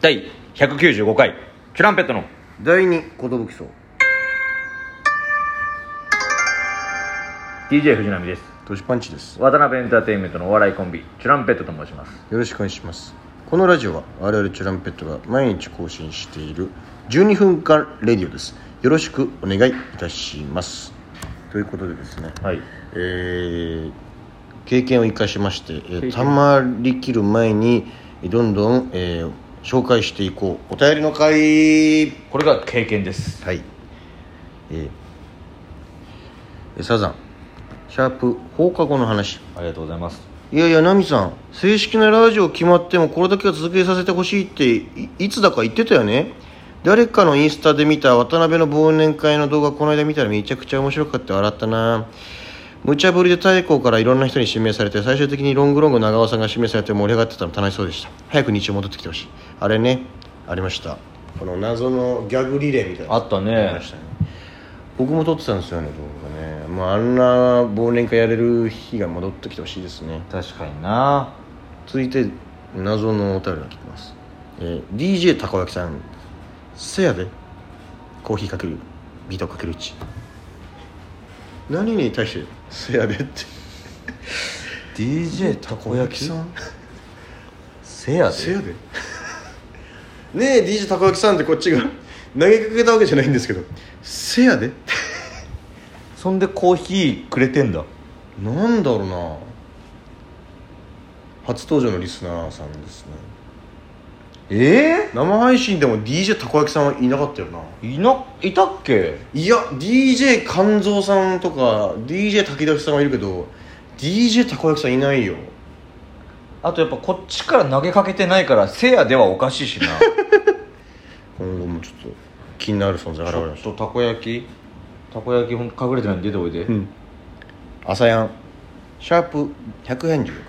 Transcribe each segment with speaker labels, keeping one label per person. Speaker 1: 第195回チュランペットの
Speaker 2: 第二寿荘
Speaker 1: DJ 藤波です
Speaker 2: トシパンチです
Speaker 1: 渡辺エンターテインメントのお笑いコンビチュランペットと申します
Speaker 2: よろしくお願いしますこのラジオは我々チュランペットが毎日更新している12分間レディオですよろしくお願いいたしますということでですね、
Speaker 1: はい
Speaker 2: えー経験を生かしまして、え
Speaker 1: 験
Speaker 2: ー、たまりきる前にどんどん、えー紹介していこうお便りの会
Speaker 1: これが経験です
Speaker 2: はいえーえーサザンシャープ放課後の話
Speaker 1: ありがとうございます
Speaker 2: いやいや、ナミさん、正式なラジオ決まってもこれだけは続けさせてほしいってい、いつだか言ってたよね。誰かのインスタで見た渡辺の忘年会の動画この間見たらめちゃくちゃ面白かった笑ったな無茶ぶりで太鼓からいろんな人に指名されて最終的にロングロング長尾さんが指名されて盛り上がってたの楽しそうでした早く日曜戻ってきてほしいあれねありましたこの謎のギャグリレーみたいな
Speaker 1: あったね
Speaker 2: ありましたね僕も撮ってたんですよね動画ねもうあんな忘年会やれる日が戻ってきてほしいですね
Speaker 1: 確かにな
Speaker 2: 続いて謎のお便りが来てます、えー、DJ たこ焼きさんせやでコーヒーかけるビートかける1何に対して「せやで」って
Speaker 1: DJ たこ焼きさんせや
Speaker 2: せ
Speaker 1: で
Speaker 2: やでねえ DJ たこ焼きさんってこっちが投げかけたわけじゃないんですけど「せやで」
Speaker 1: そんでコーヒーくれてんだ
Speaker 2: なんだろうな初登場のリスナーさんですね
Speaker 1: え
Speaker 2: 生配信でも DJ たこ焼きさんはいなかったよない
Speaker 1: ないたっけ
Speaker 2: いや DJ 肝臓さんとか DJ 滝田さんはいるけど DJ たこ焼きさんいないよ
Speaker 1: あとやっぱこっちから投げかけてないからせやではおかしい しな
Speaker 2: 今後もちょっと気になる存在現
Speaker 1: ち
Speaker 2: れ
Speaker 1: ょ
Speaker 2: ま
Speaker 1: っ
Speaker 2: し
Speaker 1: とたこ焼きたこ焼きほんと隠れてないんで出ておいで
Speaker 2: たうん朝やんシャープ100返事をか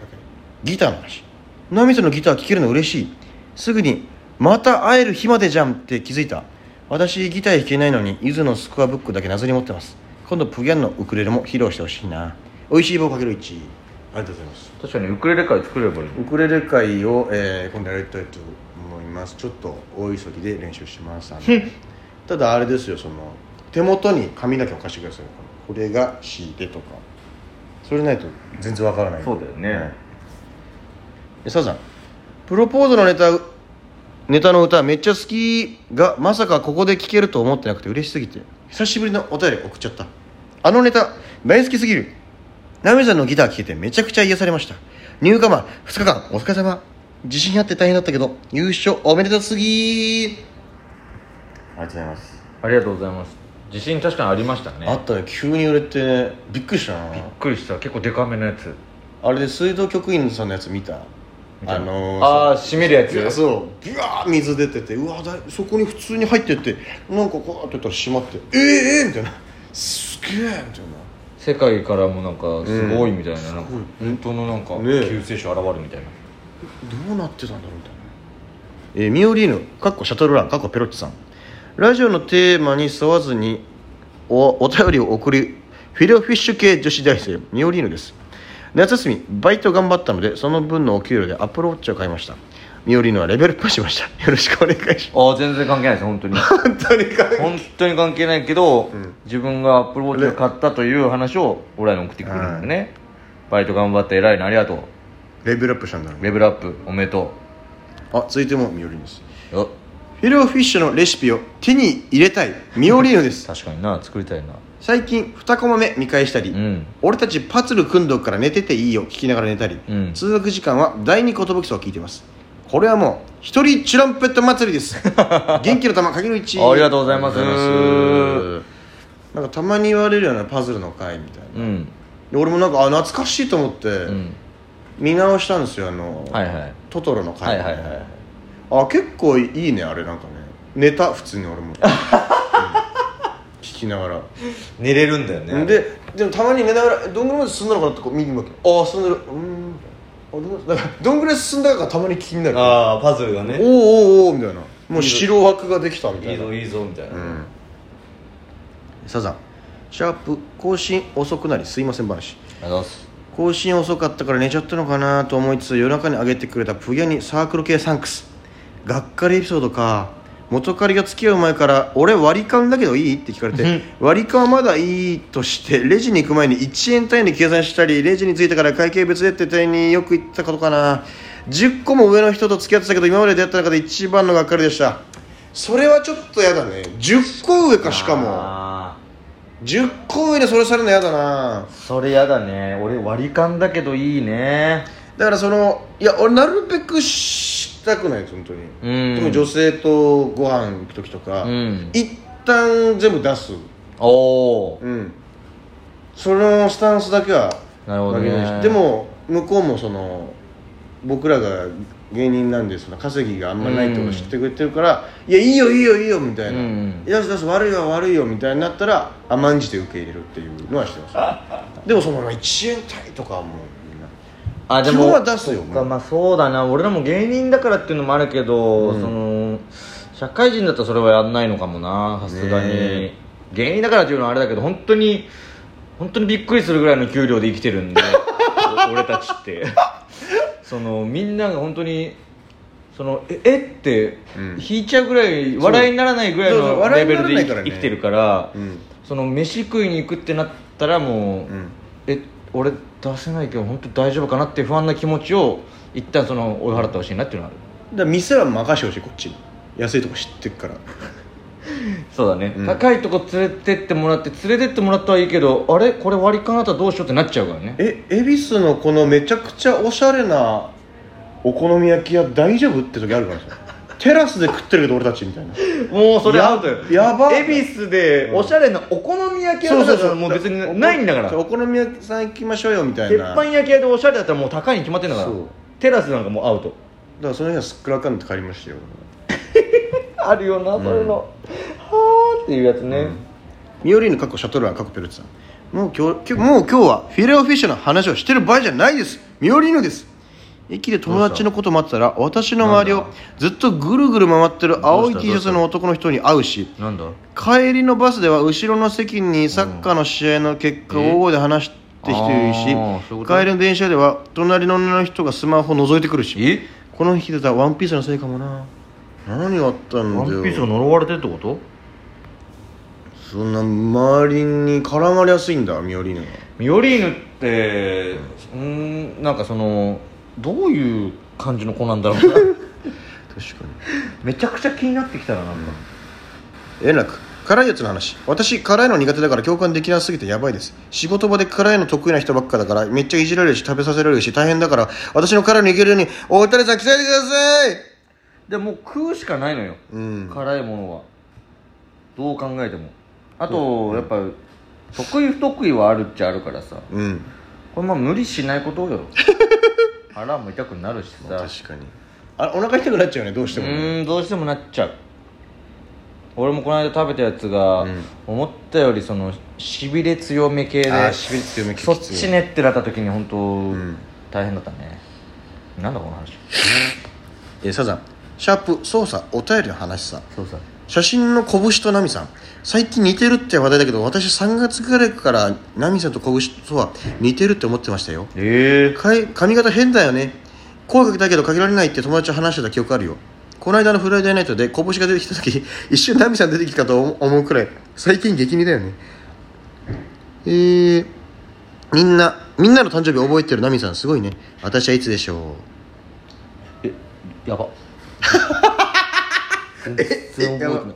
Speaker 2: けギターの話ナミさんのギター聴けるの嬉しいすぐに「また会える日までじゃん」って気づいた私ギター弾けないのにゆずのスコアブックだけ謎に持ってます今度プギャンのウクレレも披露してほしいなおいしい棒かける1ありがとうございます
Speaker 1: 確かにウクレレから作ればいい
Speaker 2: ウクレレ会を、えー今度やりたいと思いますちょっと大急ぎで練習しますあのただあれですよその手元に紙だけを貸してくださいこれが C でとかそれないと全然わからない
Speaker 1: そうだよね
Speaker 2: はいえサザンプロポーズのネタネタの歌めっちゃ好きがまさかここで聴けると思ってなくて嬉しすぎて久しぶりのお便り送っちゃったあのネタ大好きすぎるナミさんのギター聴けてめちゃくちゃ癒されました入荷マ2日間お疲れ様自信あって大変だったけど優勝おめでとうすぎありがとうございます、
Speaker 1: ありがとうございます自信確かにありましたね
Speaker 2: あったね急に売れてびっくりしたな
Speaker 1: びっくりした結構デカめのやつ
Speaker 2: あれで水道局員さんのやつ見た
Speaker 1: 見た
Speaker 2: あのー、
Speaker 1: ああ閉めるや
Speaker 2: いや
Speaker 1: つ
Speaker 2: そうビワー水出ててうわだいそこに普通に入ってってなんかこうやってやったら閉まって「えええーみたいな「すげえ!」みたいな
Speaker 1: 世界からもなんかすごいみたいな,、なんか
Speaker 2: すごい
Speaker 1: 本当のなんか
Speaker 2: ねえ
Speaker 1: 救世主現れるみたいな、
Speaker 2: どうなってたんだろうみたいな、えーミオリーヌかっこシャトルランかっこペロッチさんラジオのテーマに沿わずにおお便りを送りフィレオフィッシュ系女子大生ミオリーヌです夏休みバイト頑張ったのでその分のお給料でアップルウォッチを買いましたミオリーヌはレベルアップしましたよろしくお願いします
Speaker 1: ああ全然関係ないです本当 に
Speaker 2: 本当にか
Speaker 1: 本当に関係ないけど、自分がアップルウォッチを買ったという話を俺らに送ってくるんでね、バイト頑張って偉いのありがとう
Speaker 2: レベルアップしたんだろうね
Speaker 1: レベルアップおめでと
Speaker 2: あ続いてもミオリーヌです
Speaker 1: うよ
Speaker 2: フィレオフィッシュのレシピを手に入れたいミオリーヌです
Speaker 1: 確かにな作りたいな
Speaker 2: 最近2コマ目見返したり、
Speaker 1: うん
Speaker 2: 俺たちパズル組んどくから寝てていいよ聞きながら寝たり、
Speaker 1: うん
Speaker 2: 通学時間は第二寿荘を聞いてますこれはもう一人チュランペット祭りです 元気の玉かける一
Speaker 1: ありがとうございます
Speaker 2: ありがとうございますなんかたまに言われるようなパズルの回みたいな、
Speaker 1: うん
Speaker 2: で俺もなんかあ懐かしいと思って、
Speaker 1: うん
Speaker 2: 見直したんですよあの、
Speaker 1: はいはい
Speaker 2: トトロの回、
Speaker 1: はいはいはい
Speaker 2: あ結構いいねあれなんかねネタ普通に 俺も、うん聞きながら、
Speaker 1: 寝れるんだよ
Speaker 2: ででもたまに寝ながらえどんぐらいまで進んだのかなってこう見るわけああ進んでるうーんあどんぐらいなんかどんぐらい進んだかがたまに気になるお
Speaker 1: ああパズルが
Speaker 2: ーおーおーみたいなもう白枠ができたみたいない
Speaker 1: いぞみたいな、
Speaker 2: うんサザンシャープ更新遅くなりすいません話
Speaker 1: ありがとうございます
Speaker 2: 更新遅かったから寝ちゃったのかなと思いつつ夜中に上げてくれたプギャにサークル系サンクスがっかりエピソードか元カリが付き合う前から「俺割り勘だけどいい?」って聞かれて「割り勘はまだいい」としてレジに行く前に1円単位で計算したりレジに着いてから会計別でって店員によく言ったことかな10個も上の人と付き合ってたけど今まで出会った中で一番のがっかりでしたそれはちょっと嫌だね10個上かしかも
Speaker 1: あ
Speaker 2: 10個上でそれされるの嫌だな
Speaker 1: ーそれやだね俺割り勘だけどいいね
Speaker 2: だからそのいや俺なるべくしたくないです本当に、
Speaker 1: うん
Speaker 2: でも女性とご飯行く時とか、
Speaker 1: うん
Speaker 2: 一旦全部出す
Speaker 1: おお
Speaker 2: うんそのスタンスだけは
Speaker 1: なるほどね
Speaker 2: 曲げないしでも向こうもその僕らが芸人なんでその稼ぎがあんまりないってことを知ってくれてるから「いやいいよいいよいいよ」みたいな「
Speaker 1: うん
Speaker 2: 出す出す悪いよ悪いよ」みたいになったら甘んじて受け入れるっていうのはしてますでもその1円単位とかはもうみんな
Speaker 1: あで
Speaker 2: 基本
Speaker 1: も
Speaker 2: は出すよ
Speaker 1: そっかまあそうだな俺らも芸人だからっていうのもあるけど、その社会人だったらそれはやんないのかもなさすがに、
Speaker 2: ねえ
Speaker 1: 芸人だからっていうのはあれだけど本当に本当にびっくりするぐらいの給料で生きてるん でお俺たちってそのみんなが本当にそのええって
Speaker 2: うん
Speaker 1: 引いちゃうぐらい、笑いにならないぐらい
Speaker 2: そうそう
Speaker 1: の
Speaker 2: 笑
Speaker 1: レ
Speaker 2: い
Speaker 1: ベ
Speaker 2: になら
Speaker 1: ルで
Speaker 2: ない
Speaker 1: 生き,、
Speaker 2: からね
Speaker 1: てるから、
Speaker 2: うん
Speaker 1: その飯食いに行くってなったらもう、
Speaker 2: うん
Speaker 1: え俺出せないけど本当大丈夫かなっていう不安な気持ちを一旦その追い払ってほしいなっていうのはあ
Speaker 2: だから店は任してほしいこっちに安いとこ知ってるから
Speaker 1: るそうだね、
Speaker 2: うん
Speaker 1: 高いとこ連れてってもらって連れてってもらったはいいけどあれこれ割り勘だったらどうしようってなっちゃうからね
Speaker 2: え恵比寿のこのめちゃくちゃおしゃれなお好み焼き屋大丈夫って時あるからさテラスで食ってるけど俺たちみたいな
Speaker 1: もうそれ
Speaker 2: や
Speaker 1: アウトよ
Speaker 2: やば
Speaker 1: 恵比寿でおしゃれなお好み焼き屋だったらもう別にないんだから
Speaker 2: お好み焼きさん行きましょうよみたい
Speaker 1: 鉄
Speaker 2: な
Speaker 1: 板焼き屋でおしゃれだったらもう高いに決まってんだから
Speaker 2: そう
Speaker 1: テラスなんかもうアウト
Speaker 2: だからその日はすっくらかんで帰りましたよ
Speaker 1: あるよなそういうの、はあっていうやつね、
Speaker 2: ミオリーヌかっこシャトルランかっこペルツさんもう今日今日もう今日はフィレオフィッシュの話をしてる場合じゃないですミオリーヌです駅で友達のこと待ってたら私の周りをずっとぐるぐる回ってる青い
Speaker 1: どう
Speaker 2: T
Speaker 1: した
Speaker 2: シャツの男の人に会うし
Speaker 1: なんだ
Speaker 2: 帰りのバスでは後ろの席にサッカーの試合の結果を大声で話してきているし、
Speaker 1: うんあーそういうこと
Speaker 2: 帰りの電車では隣の女の人がスマホを覗いてくるし
Speaker 1: え
Speaker 2: この日着てたワンピースのせいかもな何があったんだよ
Speaker 1: ワンピースが呪われてるってこと
Speaker 2: そんな周りに絡まれやすいんだミオリーヌは
Speaker 1: ミオリーヌってうんなんかそのどういう感じの子なんだろうな
Speaker 2: 確かに
Speaker 1: めちゃくちゃ気になってきたらなんか、
Speaker 2: 円楽辛いやつの話私辛いの苦手だから共感できなすぎてやばいです仕事場で辛いの得意な人ばっかだからめっちゃいじられるし食べさせられるし大変だから私の辛いのいけるように大谷さん鍛えてください
Speaker 1: でもう食うしかないのよ、
Speaker 2: うん
Speaker 1: 辛いものはどう考えてもあと、やっぱ得意不得意はあるっちゃあるからさ
Speaker 2: うん
Speaker 1: これまあ無理しないこと よ腹も痛くなるしさ
Speaker 2: 確かにあお腹痛くなっちゃうよねどうして
Speaker 1: う
Speaker 2: もね
Speaker 1: ーんどうしてもなっちゃう俺もこの間食べたやつが、思ったよりそのしびれ強め系で
Speaker 2: あーしびれ強め系
Speaker 1: そっちねってなった時に本当、
Speaker 2: ん
Speaker 1: 大変だったねなんだこの話
Speaker 2: えーサザンシャープ操作お便りの話さ
Speaker 1: そうさ
Speaker 2: 写真の拳とナミさん最近似てるって話題だけど私3月ぐらいからナミさんと拳とは似てるって思ってましたよ
Speaker 1: ええ
Speaker 2: かい髪型変だよね声かけたけどかけられないって友達と話してた記憶あるよこの間のフライデーナイトで拳が出てきた時一瞬ナミさん出てきたと思思うくらい最近激似だよねえー、みんなみんなの誕生日覚えてるナミさんすごいね私はいつでしょ
Speaker 1: やば全然
Speaker 2: えや
Speaker 1: 覚え
Speaker 2: ば
Speaker 1: てない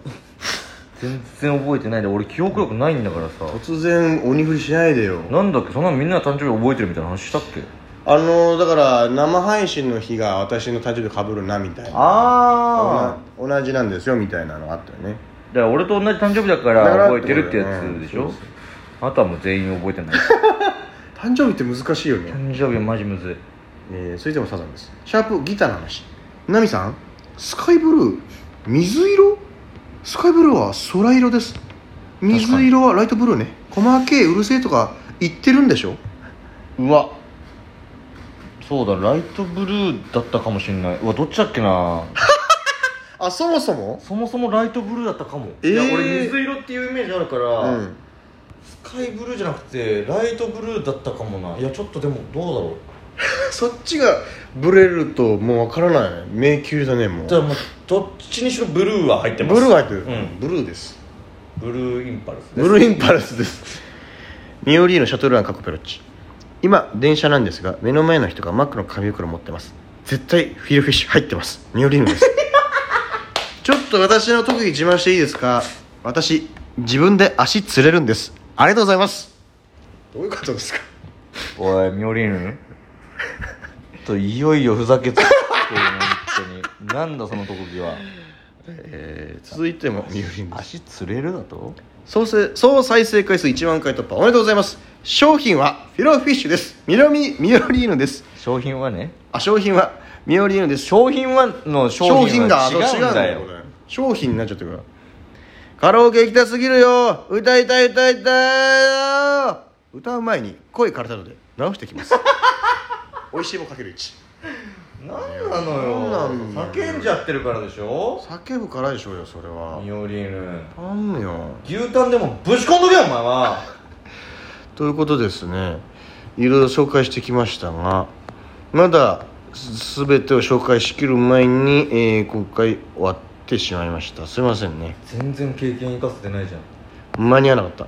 Speaker 1: 全然覚えてないで俺記憶力ないんだからさ
Speaker 2: う突然鬼振りしないでよ
Speaker 1: なんだっけそんなのみんなの誕生日覚えてるみたいな話したっけ
Speaker 2: あのだから生配信の日が私の誕生日かぶるなみたいな
Speaker 1: あ
Speaker 2: 同同じなんですよみたいなのあったよね
Speaker 1: だから俺と同じ誕生日だから
Speaker 2: だから
Speaker 1: 覚えてるってやつでし
Speaker 2: う
Speaker 1: ょ
Speaker 2: んそう
Speaker 1: あとはもう全員覚えてない
Speaker 2: 誕生日って難しいよね
Speaker 1: 誕生日マジむずい
Speaker 2: えー、それでもサザンですシャープギターの話ナミさんスカイブルー水色スカイブルーは空色です水色はライトブルーね細けいうるせえとか言ってるんでしょ
Speaker 1: うわそうだライトブルーだったかもしれないうわどっちだっけな
Speaker 2: あそもそも
Speaker 1: そもそもライトブルーだったかも、
Speaker 2: えー
Speaker 1: いや俺水色っていうイメージあるから、
Speaker 2: うん
Speaker 1: スカイブルーじゃなくてライトブルーだったかもないやちょっとでもどうだろう
Speaker 2: そっちがブレるともうわからない迷宮だねもう
Speaker 1: だからもうどっちにしろブルーは入ってま
Speaker 2: ブ
Speaker 1: す
Speaker 2: ルー入ってる、
Speaker 1: うん
Speaker 2: ブルーです
Speaker 1: ブルーインパルスです
Speaker 2: ブルーインパルスですミオリーのシャトルラン各ペロッチ今電車なんですが目の前の人がマックの紙袋持ってます絶対フィルフィッシュ入ってますミオリーヌです ちょっと私の特技自慢していいですか私自分で足釣れるんですありがとうございますどういうことですか
Speaker 1: おいミオリー ヌといよいよふざけつってる本当になんだその特技は
Speaker 2: えー、続いてもミオリーヌです
Speaker 1: 足釣れるだと
Speaker 2: 総せ総再生回数1万回突破おめでとうございます商品はフィロフィッシュですミロミミオリーヌです
Speaker 1: 商品はね
Speaker 2: あ商品はミオリーヌです
Speaker 1: 商品はの商
Speaker 2: 商
Speaker 1: 品
Speaker 2: 品
Speaker 1: は
Speaker 2: が
Speaker 1: 違うんだよ
Speaker 2: あの違これ商品になっちゃってるからカラオケ行きたすぎるよ歌いたい歌いたいよ歌う前に声からたので直してきます 美味しいもんかける1
Speaker 1: なんな
Speaker 2: なんなんだよ
Speaker 1: 叫んじゃってるからでしょ
Speaker 2: 叫ぶからでしょうよそれは
Speaker 1: ミオリーヌ
Speaker 2: あんよ
Speaker 1: 牛タンでもぶち込んどけよお前は
Speaker 2: ということですねいろいろ紹介してきましたがまだす全てを紹介しきる前に、えー今回終わってしまいましたすいませんね
Speaker 1: 全然経験生かせてないじゃん
Speaker 2: 間に合わなかった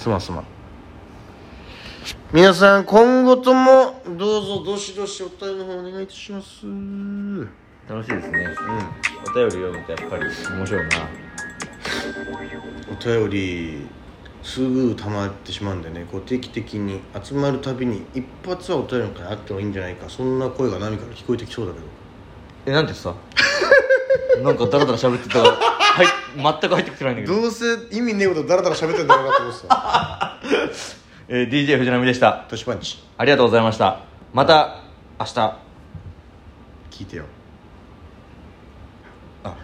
Speaker 2: すまんすまん皆さん今後ともどうぞどしどしお便りの方お願いいたしますうん
Speaker 1: 楽しいですねお便り読むとやっぱり面白いな
Speaker 2: お便りすぐ溜まってしまうんでねこう定期的に集まるたびに一発はお便りの会あってもいいんじゃないかそんな声が何から聞こえてきそうだけど
Speaker 1: えなんてさ なんかダラダラ喋ってたらはい全く入ってきてないんだけど、
Speaker 2: どうせ意味ねえことだらだら喋ってんだろうなと思って た
Speaker 1: えー、DJ 藤波でした
Speaker 2: トシパンチ
Speaker 1: ありがとうございましたまた明日
Speaker 2: 聞いてよ